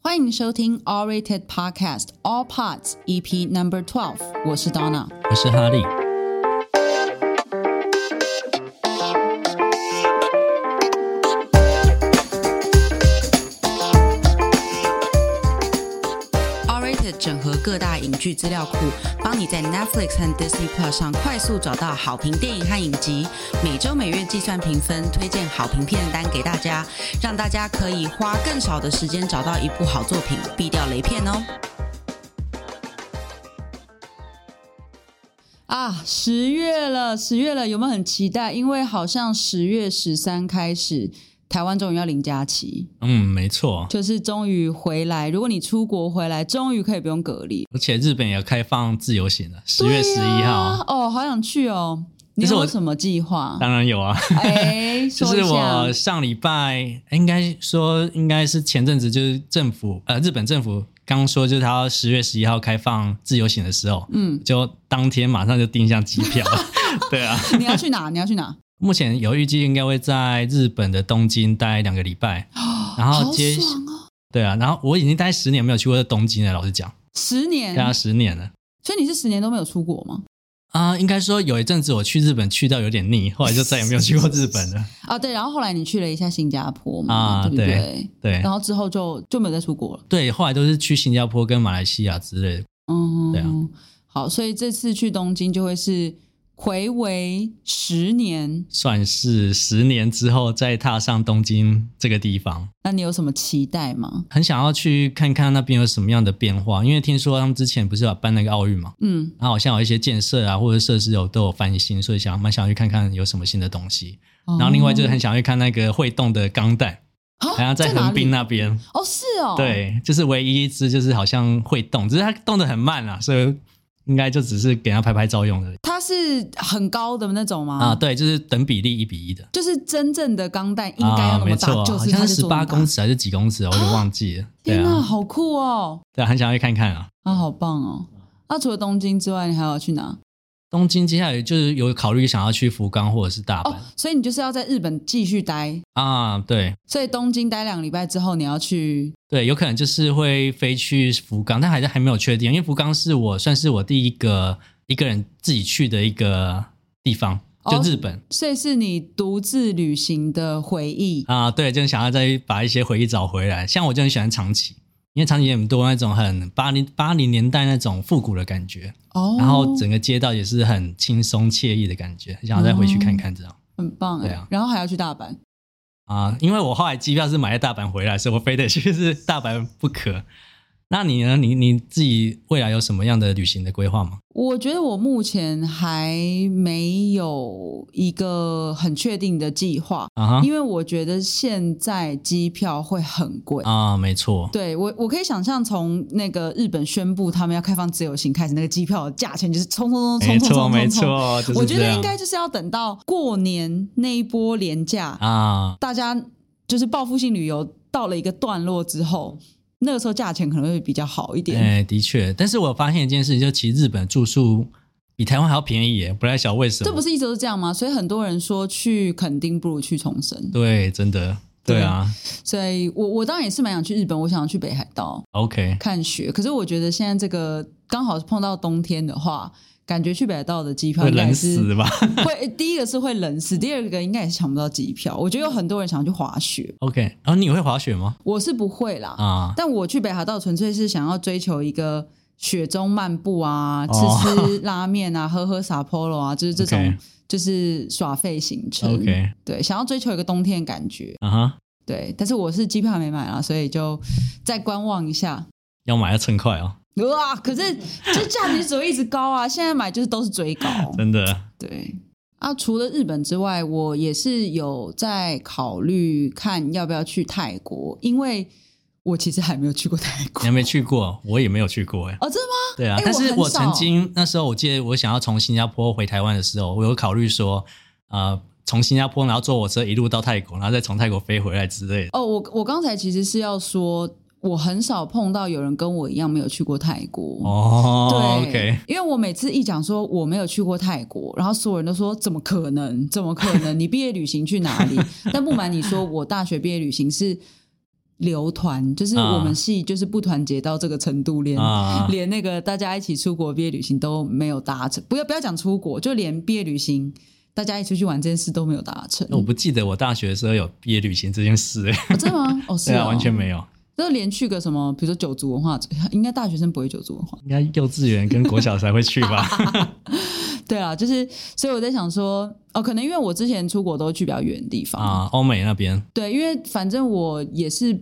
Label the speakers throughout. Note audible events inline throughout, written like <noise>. Speaker 1: 欢迎收听 All Rated Podcast All Parts EP Number Twelve，我是 Donna。
Speaker 2: 我是哈利。
Speaker 1: All Rated 整合各大影剧资料库，帮你在 Netflix 和 Disney Plus 上快速找到好评电影和影集，每周每月计算评分，推荐好评片单给大家，让大家可以花更少的时间找到一部好作品，避掉雷片哦。啊，十月了，十月了，有没有很期待？因为好像十月十三开始，台湾终于要零假期。
Speaker 2: 嗯，没错，
Speaker 1: 就是终于回来。如果你出国回来，终于可以不用隔离。
Speaker 2: 而且日本也开放自由行了，十月十
Speaker 1: 对
Speaker 2: 一号、
Speaker 1: 啊哦，好想去哦！你
Speaker 2: 就是
Speaker 1: 有
Speaker 2: 我
Speaker 1: 什么计划？
Speaker 2: 当然
Speaker 1: <laughs>
Speaker 2: 有啊。 <laughs>
Speaker 1: 哎，
Speaker 2: 就
Speaker 1: 说一
Speaker 2: 是
Speaker 1: 下
Speaker 2: 我上礼拜，应该说应该是前阵子，就是政府呃日本政府刚说就是他要十月十一号开放自由行的时候，
Speaker 1: 嗯，
Speaker 2: 就当天马上就订下机
Speaker 1: <laughs>
Speaker 2: 票。对啊，
Speaker 1: 你要去
Speaker 2: <laughs>
Speaker 1: 哪？你要去哪？
Speaker 2: 目前有预计应该会在日本的东京待两个
Speaker 1: <gasps>
Speaker 2: 礼拜，然后
Speaker 1: 好
Speaker 2: 接
Speaker 1: 爽哦！
Speaker 2: 对啊，然后我已经待十年没有去过东京了，老实讲，
Speaker 1: 十年
Speaker 2: 待，了十年了。
Speaker 1: 所以你是十年都没有出国吗？
Speaker 2: 啊、应该说有一阵子我去日本去到有点腻，后来就再也没有去过日本了。
Speaker 1: 啊，对，然后后来你去了一下新加坡嘛，
Speaker 2: 啊
Speaker 1: 对不
Speaker 2: 对
Speaker 1: 对？
Speaker 2: 对
Speaker 1: 然后之后就就没有再出国了。
Speaker 2: 对，后来都是去新加坡跟马来西亚之类的。
Speaker 1: 嗯，
Speaker 2: 对啊。
Speaker 1: 好，所以这次去东京就会是回违十年。
Speaker 2: 算是十年之后再踏上东京这个地方，
Speaker 1: 那你有什么期待吗？
Speaker 2: 很想要去看看那边有什么样的变化，因为听说他们之前不是有办那个奥运嘛，
Speaker 1: 嗯，
Speaker 2: 然后好像有一些建设啊或者设施有都有翻新，所以想蛮想去看看有什么新的东西。然后另外就是很想去看那个会动的钢弹，
Speaker 1: 哦
Speaker 2: 好像在
Speaker 1: 哪
Speaker 2: 横滨
Speaker 1: 里
Speaker 2: 那边，
Speaker 1: 哦，是哦，，
Speaker 2: 对，就是唯一一只就是好像会动，只是它动得很慢啊，所以应该就只是给它拍拍照用的
Speaker 1: 它是很高的那种吗？
Speaker 2: 啊。，对，就是等比例一比一的。
Speaker 1: 就是真正的钢弹应该要那
Speaker 2: 啊、没
Speaker 1: 么大，
Speaker 2: 错，
Speaker 1: 就
Speaker 2: 好
Speaker 1: 是
Speaker 2: 像
Speaker 1: 它
Speaker 2: 是十
Speaker 1: 做那
Speaker 2: 八
Speaker 1: 么大
Speaker 2: 公。尺还是几公尺，我就忘记了。对
Speaker 1: 天啊，
Speaker 2: 啊，
Speaker 1: 好酷哦！
Speaker 2: 对啊，很想要去看看啊。
Speaker 1: 啊，好棒哦！那除了东京之外，你还要去哪？
Speaker 2: 东京接下来就是有考虑想要去福冈或者是大阪、
Speaker 1: 哦，所以你就是要在日本继续待，
Speaker 2: 啊，对
Speaker 1: 所以东京待两个礼拜之后，你要去
Speaker 2: 对，有可能就是会飞去福冈，但还是还没有确定，因为福冈是我算是我第一个一个人自己去的一个地方，就
Speaker 1: 哦
Speaker 2: 日本、
Speaker 1: 所以是你独自旅行的回忆。
Speaker 2: 啊，对，就是想要再把一些回忆找回来。像我就很喜欢长崎，因为长崎有很多那种很八零八零年代那种复古的感觉，
Speaker 1: 哦，
Speaker 2: 然后整个街道也是很轻松惬意的感觉，很想要再回去看看这样。
Speaker 1: 很棒哎、
Speaker 2: 对啊
Speaker 1: 然后还要去大阪
Speaker 2: 啊，因为我后来机票是买在大阪回来，所以我非得去是大阪不可。那你呢？你你自己未来有什么样的旅行的规划吗？
Speaker 1: 我觉得我目前还没有一个很确定的计划，
Speaker 2: 啊哈
Speaker 1: 因为我觉得现在机票会很贵。
Speaker 2: 啊，没错，
Speaker 1: 对我，我可以想象从那个日本宣布他们要开放自由行开始，那个机票的价钱就是冲冲冲冲
Speaker 2: 没
Speaker 1: 冲冲
Speaker 2: 错
Speaker 1: 冲
Speaker 2: 没
Speaker 1: 冲。
Speaker 2: 错，就是
Speaker 1: 我觉
Speaker 2: 这
Speaker 1: 得
Speaker 2: 样
Speaker 1: 应该就是要等到过年那一波廉价，
Speaker 2: 啊，
Speaker 1: 大家就是报复性旅游到了一个段落之后，那个时候价钱可能会比较好一点。
Speaker 2: 哎，的确。但是我发现一件事情，就其实日本住宿比台湾还要便宜耶，不太晓得为什么。
Speaker 1: 这不是一直都是这样吗？所以很多人说去垦丁不如去重生，
Speaker 2: 对，真的，对啊。
Speaker 1: 所以我我当然也是蛮想去日本，我想要去北海道
Speaker 2: OK，
Speaker 1: 看雪。可是我觉得现在这个刚好碰到冬天的话，感觉去北海道的机票
Speaker 2: 会
Speaker 1: 应该
Speaker 2: 冷
Speaker 1: 是
Speaker 2: 死吧
Speaker 1: <laughs> 会第一个是会冷死，第二个应该也是抢不到机票。我觉得有很多人想要去滑雪，
Speaker 2: ？OK，然后、你会滑雪吗？
Speaker 1: 我是不会啦。
Speaker 2: 啊，
Speaker 1: 但我去北海道纯粹是想要追求一个雪中漫步啊，吃
Speaker 2: 哦
Speaker 1: 吃拉面啊， <laughs> 喝喝 Sapporo 啊，就是这种
Speaker 2: OK
Speaker 1: 就是耍废行程。
Speaker 2: OK
Speaker 1: 对，想要追求一个冬天的感觉。
Speaker 2: 啊哈，
Speaker 1: 对，但是我是机票还没买啊，所以就再观望一下。
Speaker 2: 要买要趁快哦，
Speaker 1: 哇！可是这价值只会一直高啊，现在买就是都是追高。
Speaker 2: 真的。
Speaker 1: 对啊，除了日本之外，我也是有在考虑看要不要去泰国，因为我其实还没有去过泰
Speaker 2: <laughs>
Speaker 1: 国
Speaker 2: 你。还没去过，我也没有去过哎。
Speaker 1: 哦，真的吗？
Speaker 2: 对啊，
Speaker 1: 哎
Speaker 2: 但是
Speaker 1: 我
Speaker 2: 我
Speaker 1: 很少
Speaker 2: 曾经那时候，我记得我想要从新加坡回台湾的时候，我有考虑说，呃，从新加坡然后坐火车一路到泰国，然后再从泰国飞回来之类的。
Speaker 1: 哦，我我刚才其实是要说，我很少碰到有人跟我一样没有去过泰国。
Speaker 2: 哦
Speaker 1: 对
Speaker 2: ，OK，
Speaker 1: 因为我每次一讲说我没有去过泰国，然后所有人都说怎么可能？怎么可能？你毕业旅行去哪里？但不瞒你说，我大学毕业旅行是流团，就是
Speaker 2: 啊
Speaker 1: 我们系就是不团结到这个程度，连、
Speaker 2: 啊
Speaker 1: 连那个大家一起出国毕业旅行都没有达成。不要不要讲出国，就连毕业旅行大家一起出去玩这件事都没有达成。
Speaker 2: 我不记得我大学的时候有毕业旅行这件事，欸
Speaker 1: 哦真的吗？哦，是
Speaker 2: 对啊，
Speaker 1: 哦
Speaker 2: <laughs> 完全。没有。
Speaker 1: 就是连去个什么，比如说九族文化节，应该大学生不会九族文
Speaker 2: <laughs>
Speaker 1: 化。
Speaker 2: 应该幼稚园跟国小才会去
Speaker 1: <laughs>
Speaker 2: 吧？
Speaker 1: 对啊，就是所以我在想说，哦，可能因为我之前出国都去比较远的地方，
Speaker 2: 啊，欧美那边
Speaker 1: 对，因为反正我也是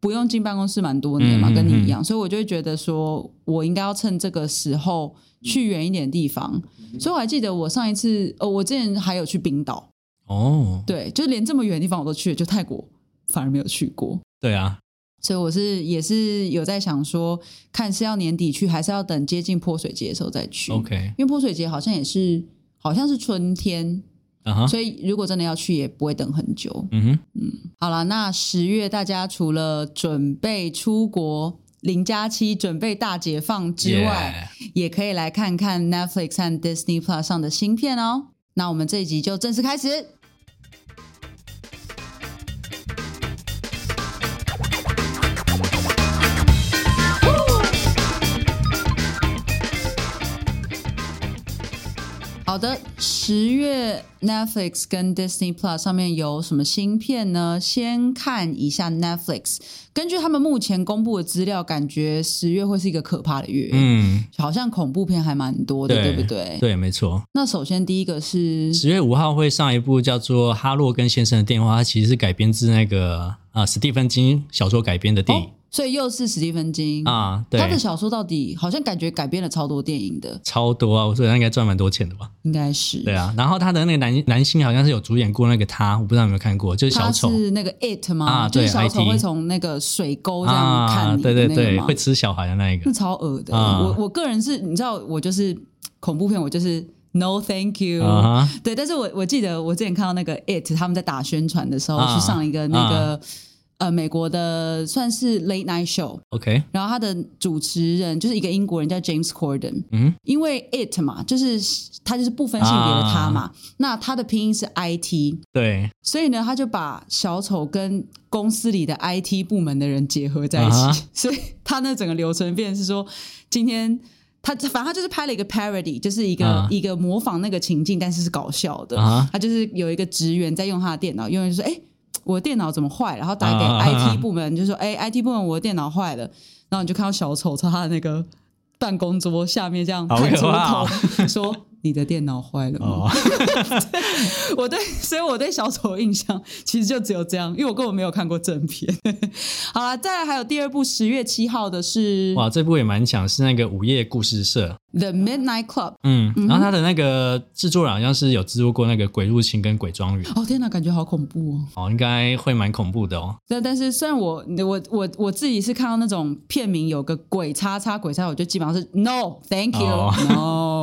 Speaker 1: 不用进办公室蛮多年嘛，
Speaker 2: 嗯嗯
Speaker 1: 跟你一样，所以我就会觉得说我应该要趁这个时候去远一点的地方。
Speaker 2: 嗯
Speaker 1: 所以我还记得我上一次，哦，我之前还有去冰岛，
Speaker 2: 哦，
Speaker 1: 对，就连这么远的地方我都去了，就泰国反而没有去过。
Speaker 2: 对啊，
Speaker 1: 所以我是也是有在想说，看是要年底去，还是要等接近泼水节的时候再去。
Speaker 2: OK，
Speaker 1: 因为泼水节好像也是好像是春天，
Speaker 2: 啊哈，
Speaker 1: 所以如果真的要去，也不会等很久。
Speaker 2: 嗯哼，
Speaker 1: 好了，那十月大家除了准备出国零假期、准备大解放之外也可以来看看 Netflix 和 Disney Plus 上的新片哦。那我们这一集就正式开始。好的，十月 Netflix 跟 Disney Plus 上面有什么新片呢？先看一下 Netflix，根据他们目前公布的资料，感觉十月会是一个可怕的月。
Speaker 2: yeah，嗯，
Speaker 1: 好像恐怖片还蛮多的，对
Speaker 2: 对
Speaker 1: 不对？
Speaker 2: 对，没错。
Speaker 1: 那首先第一个是哦
Speaker 2: 十月五号会上一部叫做《哈洛根先生的电话》，它其实是改编自那个啊史蒂芬金小说改编的电
Speaker 1: 哦
Speaker 2: 影、，
Speaker 1: 所以又是史蒂芬金。
Speaker 2: 啊，对
Speaker 1: 哦他，的小说到底好像感觉改编了超多电影的，
Speaker 2: 超多啊，所以他应该赚蛮多钱的吧？
Speaker 1: 应该是
Speaker 2: 对啊，然后他的那个男男星好像是有主演过那个他，我不知道有没有看过，就是小
Speaker 1: 他
Speaker 2: 丑
Speaker 1: 是那个 it 吗？
Speaker 2: 啊
Speaker 1: 就是
Speaker 2: 对
Speaker 1: 小丑
Speaker 2: IT
Speaker 1: 会从那个水沟这样
Speaker 2: 啊，
Speaker 1: 看你
Speaker 2: 对
Speaker 1: 的
Speaker 2: 对
Speaker 1: 那个
Speaker 2: 对，
Speaker 1: 吗
Speaker 2: 会？吃小孩的那一个
Speaker 1: 那，超恶的。
Speaker 2: 啊
Speaker 1: 我我个人是，你知道，我就是恐怖片，我就是 no thank you。
Speaker 2: 啊哈，
Speaker 1: 对，但是我我记得我之前看到那个 it 他们在打宣传的时候，
Speaker 2: 啊
Speaker 1: 去上一个那个、呃美国的算是 late night show，
Speaker 2: ，OK，
Speaker 1: 然后他的主持人就是一个英国人叫 James Corden，
Speaker 2: 嗯，
Speaker 1: 因为 it 嘛，就是他就是不分性别的他嘛，那他的拼音是 IT，
Speaker 2: 对，
Speaker 1: 所以呢，他就把小丑跟公司里的 IT 部门的人结合在一起，
Speaker 2: 啊
Speaker 1: <laughs> 所以他那整个流程变成是说，今天他反正他就是拍了一个 parody，就是一个、
Speaker 2: 啊
Speaker 1: 一个模仿那个情境，但是是搞笑的。
Speaker 2: 啊
Speaker 1: 他就是有一个职员在用他的电脑，用人就说：“哎、我的电脑怎么坏了？”然后打给
Speaker 2: 啊
Speaker 1: IT 部门，就说：“哎、i t 部门，我的电脑坏了。”然后你就看到小丑在他的那个办公桌下面这样
Speaker 2: 好
Speaker 1: 探
Speaker 2: 可
Speaker 1: 出
Speaker 2: 怕哦
Speaker 1: 头 <laughs> 说：“你的电脑坏了吗？”
Speaker 2: 哦，
Speaker 1: <laughs> 我对，所以我对小丑的印象其实就只有这样，因为我根本没有看过正片。 <laughs> 好了，再来还有第二部，十月七号的是
Speaker 2: 哇，
Speaker 1: 《
Speaker 2: 这部也蛮强，是那个午夜故事社，
Speaker 1: The Midnight Club》。
Speaker 2: 嗯，然后他的那个制作人好像是有制作过那个《鬼入侵》跟《鬼庄园》，
Speaker 1: 哦天哪，感觉好恐怖哦！
Speaker 2: 哦，应该会蛮恐怖的哦，
Speaker 1: 但但是虽然我我我我自己是看到那种片名有个鬼叉叉鬼叉叉，我就基本上是 No Thank You、No。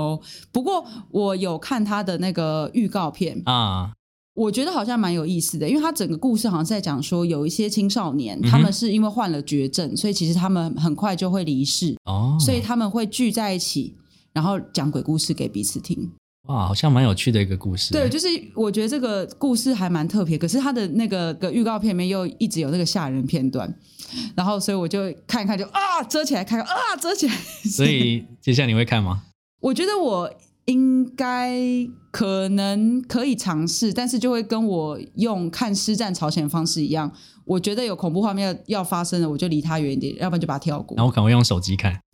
Speaker 1: 不过我有看他的那个预告片，
Speaker 2: 啊，
Speaker 1: 我觉得好像蛮有意思的，因为他整个故事好像是在讲说，有一些青少年、
Speaker 2: 嗯
Speaker 1: 他们是因为患了绝症，所以其实他们很快就会离世，
Speaker 2: 哦，
Speaker 1: 所以他们会聚在一起，然后讲鬼故事给彼此听。
Speaker 2: 哇，好像蛮有趣的一个故事，欸
Speaker 1: 对，就是我觉得这个故事还蛮特别，可是他的那个个预告片里面又一直有那个吓人片段，然后所以我就看一看就啊遮起来看看啊遮起来， <laughs>
Speaker 2: 所以接下来你会看吗？
Speaker 1: 我觉得我应该可能可以尝试，但是就会跟我用看《师战朝鲜》的方式一样，我觉得有恐怖画面要要发生了，我就离它远一点，要不然就把它跳过
Speaker 2: 然。后我可能会用手机看，
Speaker 1: <laughs>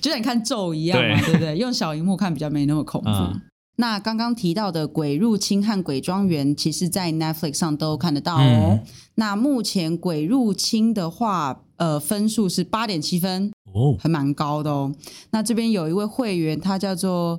Speaker 1: 就像你看咒一样嘛，对
Speaker 2: 对
Speaker 1: 不对？用小荧幕看比较没那么恐怖。
Speaker 2: 嗯
Speaker 1: 那刚刚提到的《鬼入侵》和《鬼庄园》，其实在 Netflix 上都看得到哦。那目前《鬼入侵》的话，呃，分数是八点七分，
Speaker 2: 哦，
Speaker 1: 还蛮高的哦。那这边有一位会员，他叫做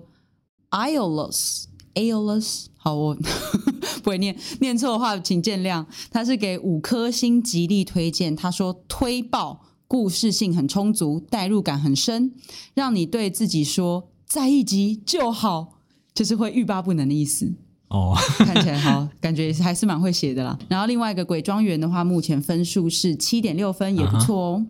Speaker 1: Iolus。Aolus，好，我 <laughs> 不会念，念错的话请见谅。他是给五颗星极力推荐，他说推爆，故事性很充足，代入感很深，让你对自己说再一集就好，就是会欲罢不能的意思。
Speaker 2: 哦，
Speaker 1: <laughs> 看起来好，感觉也是还是蛮会写的啦。然后另外一个鬼庄园的话，目前分数是七点六分，也不错哦。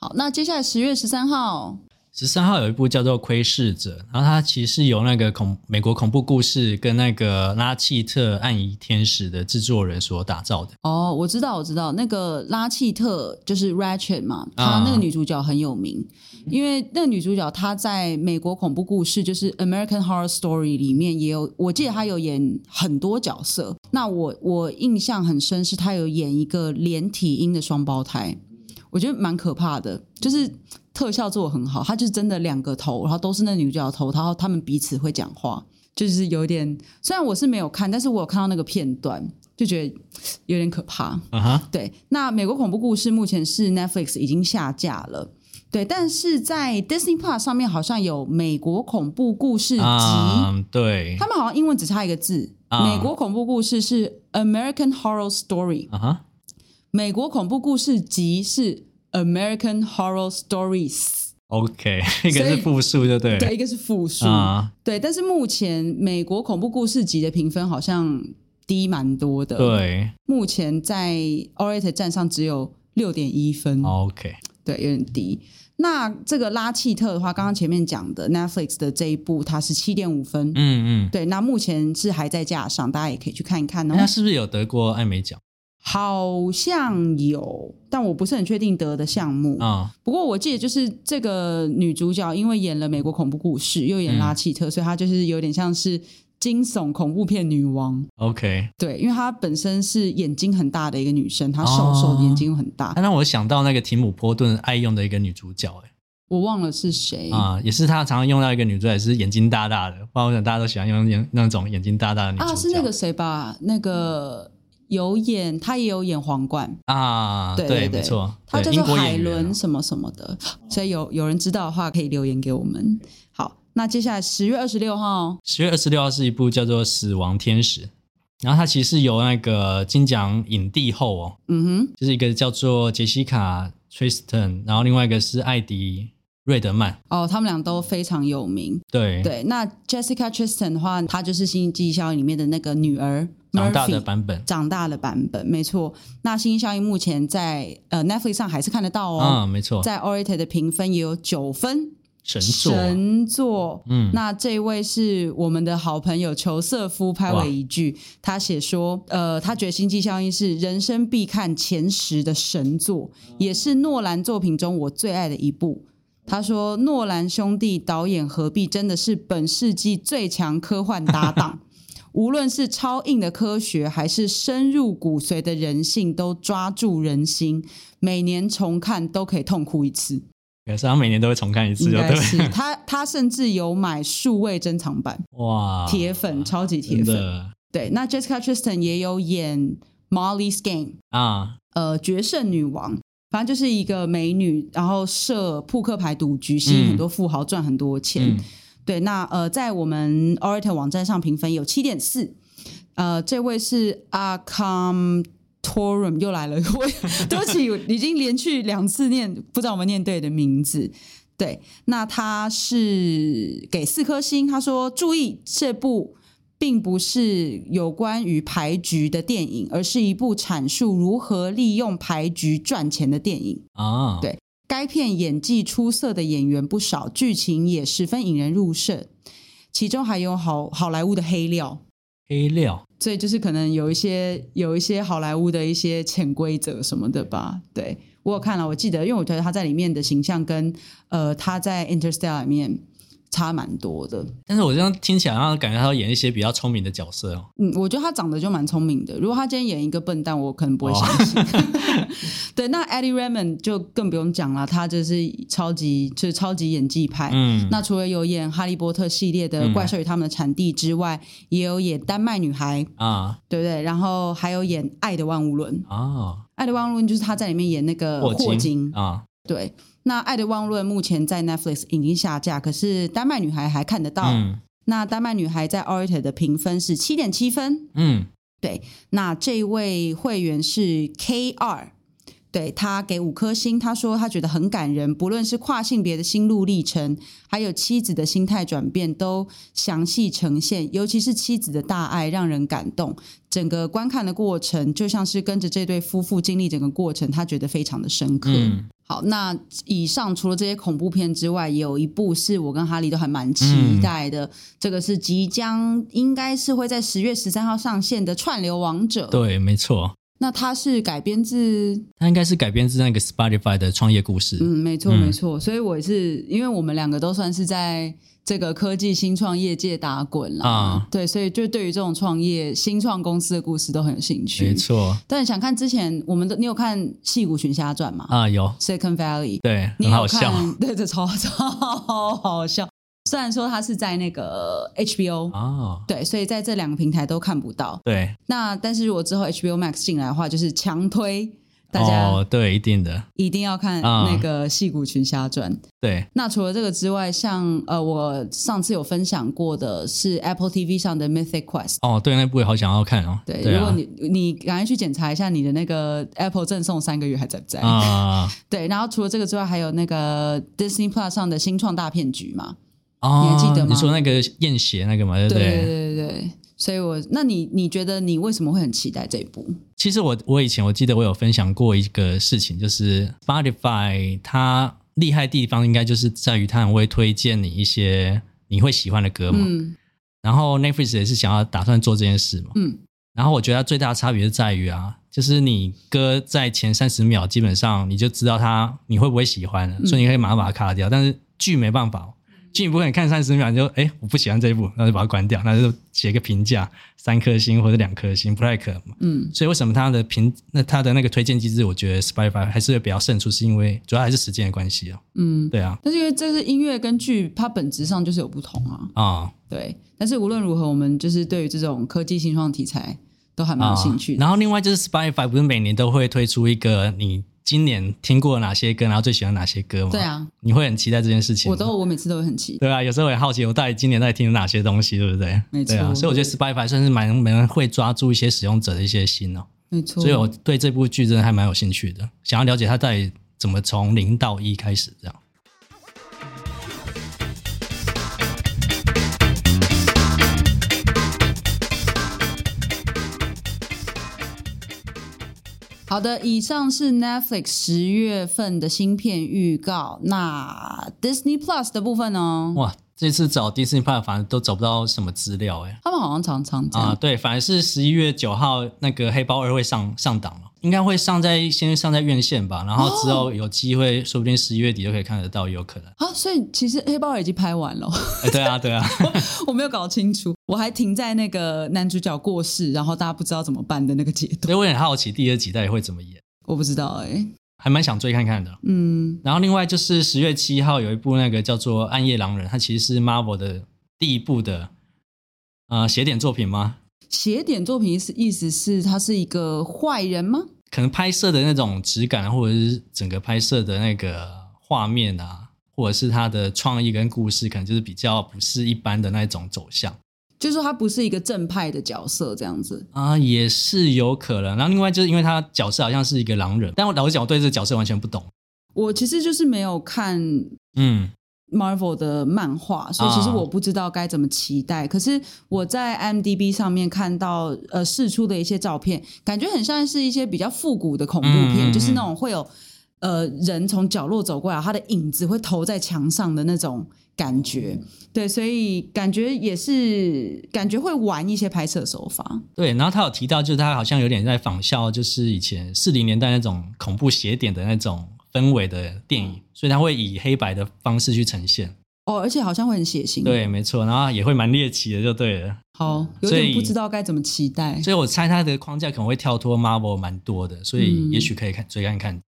Speaker 1: 好，那接下来十月十三号，
Speaker 2: 十三号有一部叫做《窥视者》，然后它其实是由那个恐美国恐怖故事跟那个拉契特暗影天使的制作人所打造的。
Speaker 1: 哦，我知道，我知道，那个拉契特就是 Ratchet 嘛，
Speaker 2: 啊
Speaker 1: 她那个女主角很有名，因为那个女主角她在美国恐怖故事就是 American Horror Story 里面也有，我记得她有演很多角色。那我我印象很深是她有演一个连体婴的双胞胎，我觉得蛮可怕的，就是特效做得很好，她就是真的两个头，然后都是那女主角的头，然后他们彼此会讲话。就是有点，虽然我是没有看，但是我有看到那个片段，就觉得有点可怕。
Speaker 2: 啊哈，
Speaker 1: 对，那美国恐怖故事目前是 Netflix 已经下架了，对，但是在 Disney Plus 上面好像有美国恐怖故事集，
Speaker 2: 啊、对，
Speaker 1: 他们好像英文只差一个字，
Speaker 2: 啊
Speaker 1: 美国恐怖故事是 American Horror Story，
Speaker 2: 啊哈，
Speaker 1: 美国恐怖故事集是 American Horror Stories，
Speaker 2: OK，一 <laughs> 个
Speaker 1: 所
Speaker 2: 是
Speaker 1: 以
Speaker 2: 复数，对不对？
Speaker 1: 对，一个是复数，
Speaker 2: 啊，
Speaker 1: 对，但是目前美国恐怖故事集的评分好像低蛮多的，，
Speaker 2: 对
Speaker 1: 目前在 Orate 站上只有六点一分，
Speaker 2: ，OK，
Speaker 1: 对，有点低。那这个拉契特的话，刚刚前面讲的 Netflix 的这一部，它是七点五分。
Speaker 2: 嗯嗯，
Speaker 1: 对，那目前是还在架上，大家也可以去看一看哦
Speaker 2: 那。他是不是有得过艾美奖
Speaker 1: 好像有，但我不是很确定得的项目。
Speaker 2: 啊？
Speaker 1: 不过我记得就是这个女主角，因为演了美国恐怖故事，又演
Speaker 2: 嗯
Speaker 1: 拉契特，所以她就是有点像是惊悚恐怖片女王。
Speaker 2: OK，
Speaker 1: 对，因为她本身是眼睛很大的一个女生，她瘦瘦的
Speaker 2: 哦
Speaker 1: 眼睛又很大。
Speaker 2: 那让我想到那个提姆波顿爱用的一个女主角、欸，
Speaker 1: 我忘了是谁
Speaker 2: 啊，也是他常常用到一个女主角，也是眼睛大大的，不然我想大家都喜欢用眼那种眼睛大大的女主角
Speaker 1: 啊，是那个谁吧？那个有演，他也有演皇冠，
Speaker 2: 啊，
Speaker 1: 对对对
Speaker 2: 没错，
Speaker 1: 他
Speaker 2: 对
Speaker 1: 叫
Speaker 2: 英
Speaker 1: 做
Speaker 2: 国
Speaker 1: 海
Speaker 2: 演员啊
Speaker 1: 伦什么什么的。所以有有人知道的话，可以留言给我们。好，那接下来十月二十六号，
Speaker 2: 十月二十六号是一部叫做《死亡天使》，然后它其实是由那个金奖影帝后哦，
Speaker 1: 嗯哼，
Speaker 2: 就是一个叫做杰西卡 Tristan，然后另外一个是艾迪瑞德曼，
Speaker 1: 哦，他们俩都非常有名。
Speaker 2: 对，
Speaker 1: 对，那 Jessica Tristan 的话，她就是《星际效应》里面的那个女儿
Speaker 2: 长大的
Speaker 1: Murphy。
Speaker 2: 版本，
Speaker 1: 长大的版本，没错。那《星际效应》目前在呃 Netflix 上还是看得到
Speaker 2: 啊，
Speaker 1: 哦，
Speaker 2: 没错，
Speaker 1: 在 Orate 的评分也有九分，
Speaker 2: 神作，啊
Speaker 1: 神作
Speaker 2: 嗯，
Speaker 1: 那这位是我们的好朋友裘瑟夫拍尾一句，他写说，呃，他觉得《星际效应》是人生必看前十的神作，也是诺兰作品中我最爱的一部。他说，诺兰兄弟导演合璧真的是本世纪最强科幻搭
Speaker 2: <laughs>
Speaker 1: 档。无论是超硬的科学，还是深入骨髓的人性，都抓住人心。每年重看都可以痛哭一次。
Speaker 2: 可是他每年都会重看一次
Speaker 1: 应
Speaker 2: 哦，
Speaker 1: 该
Speaker 2: 对不
Speaker 1: 是
Speaker 2: 对？
Speaker 1: 他，他甚至有买数位珍藏版，
Speaker 2: 哇，
Speaker 1: 铁粉，超级铁
Speaker 2: 啊真
Speaker 1: 粉。
Speaker 2: 的
Speaker 1: 对，那 Jessica Tristan 也有演 Molly's Game，
Speaker 2: 啊，
Speaker 1: 呃，决胜女王，反正就是一个美女，然后设扑克牌赌局，吸引很多富豪赚很多钱。
Speaker 2: 嗯
Speaker 1: 对，那呃，在我们 Orator 网站上评分有七点四，呃，这位是 Acom。Torum 又来了， <laughs> 我对不起，我已经连续两次念，不知道我们念对的名字。对，那他是给四颗星，他说注意这部并不是有关于牌局的电影，而是一部阐述如何利用牌局赚钱的电影。
Speaker 2: 啊，
Speaker 1: 对该片演技出色的演员不少，剧情也十分引人入胜，其中还有好好莱坞的黑料，
Speaker 2: 黑料，
Speaker 1: 所以就是可能有一些有一些好莱坞的一些潜规则什么的吧。对我有看了，我记得，因为我觉得他在里面的形象跟呃他在《Interstellar》里面差蛮多的。
Speaker 2: 但是我这样听起来，好像感觉他要演一些比较聪明的角色哦。
Speaker 1: 嗯，我觉得他长得就蛮聪明的。如果他今天演一个笨蛋，我可能不会相信。 <laughs> 对，那 Eddie Redmayne 就更不用讲了，他就是超级就是超级演技派。
Speaker 2: 嗯，
Speaker 1: 那除了有演《哈利波特》系列的《怪兽与他们的产地》之外，也有演《丹麦女孩》，
Speaker 2: 啊
Speaker 1: 对不对？然后还有演《爱的万物论》，《
Speaker 2: 啊，
Speaker 1: 爱的万物论》就是他在里面演那个
Speaker 2: 霍
Speaker 1: 呃霍
Speaker 2: 金
Speaker 1: 金。
Speaker 2: 啊，
Speaker 1: 对，那《爱的万物论》目前在 Netflix 已经下架，可是《丹麦女孩》还看得到。
Speaker 2: 嗯
Speaker 1: 那《丹麦女孩》在 Orator 的评分是七点七分。
Speaker 2: 嗯，
Speaker 1: 那这位会员是 K 二，对他给五颗星，他说他觉得很感人，不论是跨性别的心路历程，还有妻子的心态转变，都详细呈现，尤其是妻子的大爱让人感动。整个观看的过程就像是跟着这对夫妇经历整个过程，他觉得非常的深刻。
Speaker 2: 嗯
Speaker 1: 好，那以上除了这些恐怖片之外，有一部是我跟哈利都还蛮期
Speaker 2: 嗯
Speaker 1: 待的，这个是即将应该是会在十月十三号上线的《串流王者》。
Speaker 2: 对，没错，
Speaker 1: 那它是改编自
Speaker 2: 它应该是改编自那个 Spotify 的创业故事。
Speaker 1: 嗯，没错
Speaker 2: 嗯
Speaker 1: 没错，所以我也是因为我们两个都算是在这个科技新创业界打滚啦，
Speaker 2: 啊
Speaker 1: 对，所以就对于这种创业新创公司的故事都很有兴
Speaker 2: 没
Speaker 1: 趣。
Speaker 2: 错
Speaker 1: 但想看之前我们都你有看《戏骨群侠传》吗、
Speaker 2: 啊，有
Speaker 1: s e c o n d Valley，
Speaker 2: 对，
Speaker 1: 你
Speaker 2: 很
Speaker 1: 有
Speaker 2: 好笑
Speaker 1: 看， <laughs> 对，这超超好笑。虽然说它是在那个 HBO，、
Speaker 2: 哦，
Speaker 1: 对，所以在这两个平台都看不到。
Speaker 2: 对，
Speaker 1: 那但是如果之后 HBO Max 进来的话，就是强推大家
Speaker 2: 哦，对，一定的，
Speaker 1: 一定要看
Speaker 2: 啊
Speaker 1: 那个《戏骨群侠传》
Speaker 2: 对，
Speaker 1: 那除了这个之外，像呃，我上次有分享过的是 Apple TV 上的 Mythic Quest。
Speaker 2: 哦，对，那部也好想要看哦，
Speaker 1: 对，
Speaker 2: 对
Speaker 1: 如果
Speaker 2: 啊，
Speaker 1: 你你赶快去检查一下你的那个 Apple 赠送三个月还在不在？
Speaker 2: 啊，
Speaker 1: 对，然后除了这个之外，还有那个 Disney Plus 上的新创大骗局嘛？
Speaker 2: 哦，
Speaker 1: <laughs> 你还记得吗
Speaker 2: 你说那个验血那个嘛，对不
Speaker 1: 对对
Speaker 2: 对？
Speaker 1: 对对对所以我那你你觉得你为什么会很期待这一部？
Speaker 2: 其实我我以前我记得我有分享过一个事情，就是 Spotify 它厉害地方应该就是在于它很会推荐你一些你会喜欢的歌嘛。
Speaker 1: 嗯
Speaker 2: 然后 Netflix 也是想要打算做这件事嘛。
Speaker 1: 嗯
Speaker 2: 然后我觉得它最大的差别是在于啊，就是你歌在前三十秒基本上你就知道它你会不会喜欢了，
Speaker 1: 嗯
Speaker 2: 所以你可以马上把它卡掉。但是剧没办法、哦，剧你不可能看三十秒你就哎我不喜欢这一部，那就把它关掉，那就写个评价三颗星或者两颗星，不太可能嘛。
Speaker 1: 嗯
Speaker 2: 所以为什么它的评那它的那个推荐机制，我觉得 Spotify 还是会比较胜出，是因为主要还是时间的关系哦。
Speaker 1: 嗯，
Speaker 2: 对啊，
Speaker 1: 但是因为这是音乐跟剧，它本质上就是有不同啊。
Speaker 2: 啊、
Speaker 1: 对，但是无论如何，我们就是对于这种科技新创题材都还蛮有兴趣的。
Speaker 2: 啊然后另外就是 Spotify 不是每年都会推出一个你今年听过哪些歌，然后最喜欢哪些歌吗？
Speaker 1: 对，啊，
Speaker 2: 你会很期待这件事情吗。
Speaker 1: 我都我每次都会很期待。
Speaker 2: 对啊，有时候也好奇我到底今年到底听了哪些东西，对不对？
Speaker 1: 没错
Speaker 2: 对啊，所以我觉得 Spotify 算是蛮蛮会抓住一些使用者的一些心哦，
Speaker 1: 没错，
Speaker 2: 所以我对这部剧真的还蛮有兴趣的，想要了解它到底怎么从零到一开始这样。
Speaker 1: 好的，以上是 Netflix 十月份的新片预告。那 Disney Plus 的部分哦呢？
Speaker 2: 哇，这次找 Disney Plus 反正都找不到什么资料哎、
Speaker 1: 他们好像常常这样。
Speaker 2: 啊，对，反而是十一月九号那个《黑豹二》会上上档了，应该会上在先上在院线吧，然后之后有机会，说不定十一月底就可以看得到，也有可
Speaker 1: <laughs>
Speaker 2: 能。
Speaker 1: 啊，所以其实黑豹已经拍完了，
Speaker 2: 哎，对啊，对啊，
Speaker 1: 我没有搞清楚，我还停在那个男主角过世，然后大家不知道怎么办的那个阶段，
Speaker 2: 所以我也很好奇第二集到底会怎么演，
Speaker 1: 我不知道哎、
Speaker 2: 还蛮想追看看的。
Speaker 1: 嗯
Speaker 2: 然后另外就是十月七号有一部那个叫做《暗夜狼人》，它其实是 Marvel 的第一部的呃写点作品吗？
Speaker 1: 邪典作品意思意思是他是一个坏人吗？
Speaker 2: 可能拍摄的那种质感，啊或者是整个拍摄的那个画面啊，或者是它的创意跟故事，可能就是比较不是一般的那种走向
Speaker 1: 就是说他不是一个正派的角色这样子。
Speaker 2: 啊、也是有可能。然后另外就是因为他角色好像是一个狼人，但我老实讲，我对这个角色完全不懂。
Speaker 1: 我其实就是没有看
Speaker 2: 嗯
Speaker 1: Marvel 的漫画，所以其实
Speaker 2: 啊
Speaker 1: 我不知道该怎么期待。可是我在 m d b 上面看到呃试出的一些照片，感觉很像是一些比较复古的恐怖片，
Speaker 2: 嗯嗯嗯
Speaker 1: 就是那种会有呃人从角落走过来，他的影子会投在墙上的那种感觉。对，所以感觉也是感觉会玩一些拍摄手法。
Speaker 2: 对，然后他有提到，就是他好像有点在仿效，就是以前四零年代那种恐怖邪典的那种氛围的电影，所以他会以黑白的方式去呈现。
Speaker 1: 哦，而且好像会很血腥。，
Speaker 2: 对，没错，然后也会蛮猎奇的，就对了。
Speaker 1: 好，有
Speaker 2: 所
Speaker 1: 点
Speaker 2: 以
Speaker 1: 不知道该怎么期待。
Speaker 2: 所以我猜它的框架可能会跳脱 Marvel 蛮多的，所以
Speaker 1: 嗯
Speaker 2: 也许可以看追看看。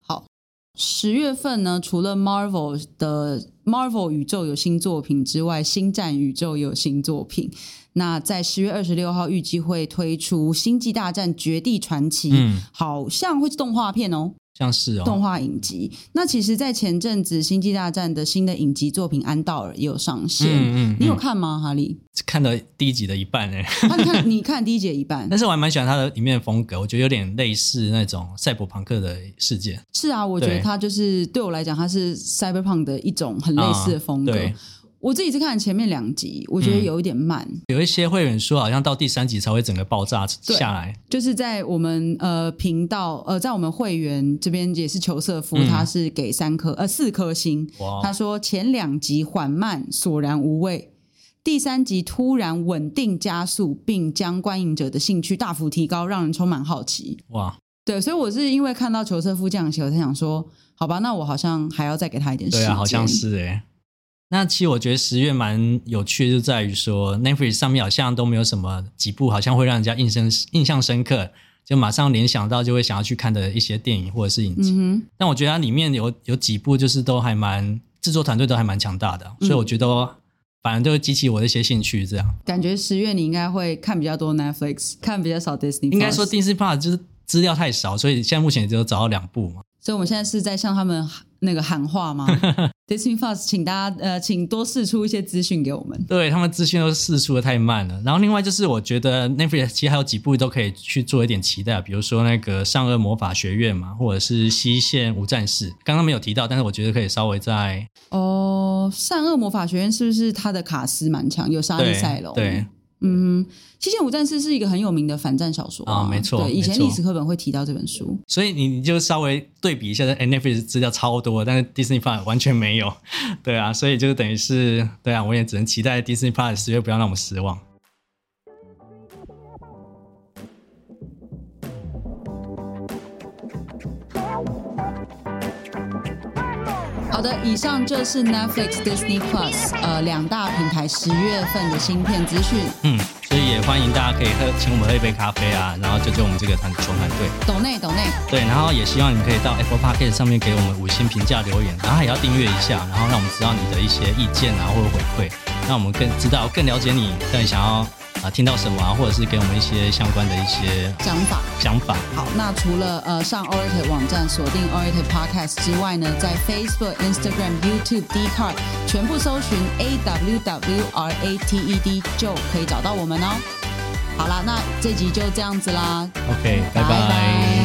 Speaker 1: 十月份呢，除了 Marvel 的 Marvel 宇宙有新作品之外，星战宇宙也有新作品。那在十月二十六号预计会推出《星际大战：绝地传奇》，
Speaker 2: 嗯，
Speaker 1: 好像会是动画片哦，
Speaker 2: 像是
Speaker 1: 动
Speaker 2: 哦，
Speaker 1: 画影集。那其实，在前阵子，《星际大战》的新的影集作品《安道尔》也有上线。
Speaker 2: 嗯嗯嗯
Speaker 1: 你有看吗，哈利？ <laughs>
Speaker 2: 看了第一集的一半哎，
Speaker 1: 那、你看，你看第一节一半
Speaker 2: <laughs> 但。是我还蛮喜欢它的里面的风格，我觉得有点类似那种赛博朋克的世界，
Speaker 1: 是啊，我觉得
Speaker 2: 对
Speaker 1: 它就是对我来讲，它是 Cyberpunk 的一种很类似的风格。
Speaker 2: 啊对
Speaker 1: 我自己是看前面两集，我觉得
Speaker 2: 嗯
Speaker 1: 有一点慢，
Speaker 2: 有一些会员说，好像到第三集才会整个爆炸
Speaker 1: 对
Speaker 2: 下来。
Speaker 1: 就是在我们呃频道呃，在我们会员这边也是裘瑟夫，
Speaker 2: 嗯哦
Speaker 1: 他是给三颗呃四颗星，
Speaker 2: 哇
Speaker 1: 他，说前两集缓慢索然无味，第三集突然稳定加速，并将观影者的兴趣大幅提高，让人充满好奇。
Speaker 2: 哇，
Speaker 1: 对，所以我是因为看到裘瑟夫这样写，我才想说，好吧，那我好像还要再给他一点时
Speaker 2: 对
Speaker 1: 间。
Speaker 2: 啊，好像是哎、那其实我觉得十月蛮有趣，就在于说 Netflix 上面好像都没有什么几部好像会让人家印深印象深刻，就马上联想到就会想要去看的一些电影或者是影集。
Speaker 1: 嗯
Speaker 2: 但我觉得它里面有有几部就是都还蛮制作团队都还蛮强大的，所以我觉得哦反正都会激起我的一些兴趣。这样
Speaker 1: 哼，感觉十月你应该会看比较多 Netflix，看比较少 Disney。
Speaker 2: 应该说，第四 part 就是资料太少，所以现在目前也只有找到两部嘛。
Speaker 1: 所以我们现在是在向他们喊那个喊话
Speaker 2: <laughs>
Speaker 1: 吗？Disney Plus，请大家呃，请多试出一些资讯给我们。
Speaker 2: 对他们资讯都释出的太慢了。然后另外就是我觉得 Netflix 其实还有几部都可以去做一点期待，啊比如说那个《上颚魔法学院》嘛，或者是《西线无战事》。刚刚没有提到，但是我觉得可以稍微再
Speaker 1: 哦，善恶魔法学院是不是他的卡斯蛮强？有莎莉
Speaker 2: 对
Speaker 1: 赛隆，
Speaker 2: 对，
Speaker 1: 嗯，《七剑五战士》是一个很有名的反战小说
Speaker 2: 啊没错
Speaker 1: 对，以前
Speaker 2: 没错
Speaker 1: 历史课本会提到这本书。
Speaker 2: 所以你你就稍微对比一下，哎，Netflix 资料超多，但是 Disney Plus 完全没有， <laughs> 对啊，所以就等于是，对啊，我也只能期待 Disney Plus 十月不要让我们失望。
Speaker 1: 好的，以上这是 Netflix、Disney Plus 呃两大平台十月份的新片资讯。
Speaker 2: 嗯，所以也欢迎大家可以喝，请我们喝一杯咖啡啊，然后救救我们这个团穷团队。
Speaker 1: 抖内抖内，
Speaker 2: 对，然后也希望你们可以到 Apple Podcast 上面给我们五星评价留言，然后也要订阅一下，然后让我们知道你的一些意见啊或者回馈，让我们更知道更了解你到底想要啊、听到什么啊，或者是给我们一些相关的一些
Speaker 1: 想法。
Speaker 2: 想法。
Speaker 1: 好，那除了呃上 Orator 网站锁定 Orator Podcast 之外呢，在 Facebook、Instagram、YouTube、d c a r d 全部搜寻 A W W R A T E D 就可以找到我们哦。好啦，那这集就这样子啦，
Speaker 2: OK，拜
Speaker 1: 拜
Speaker 2: 拜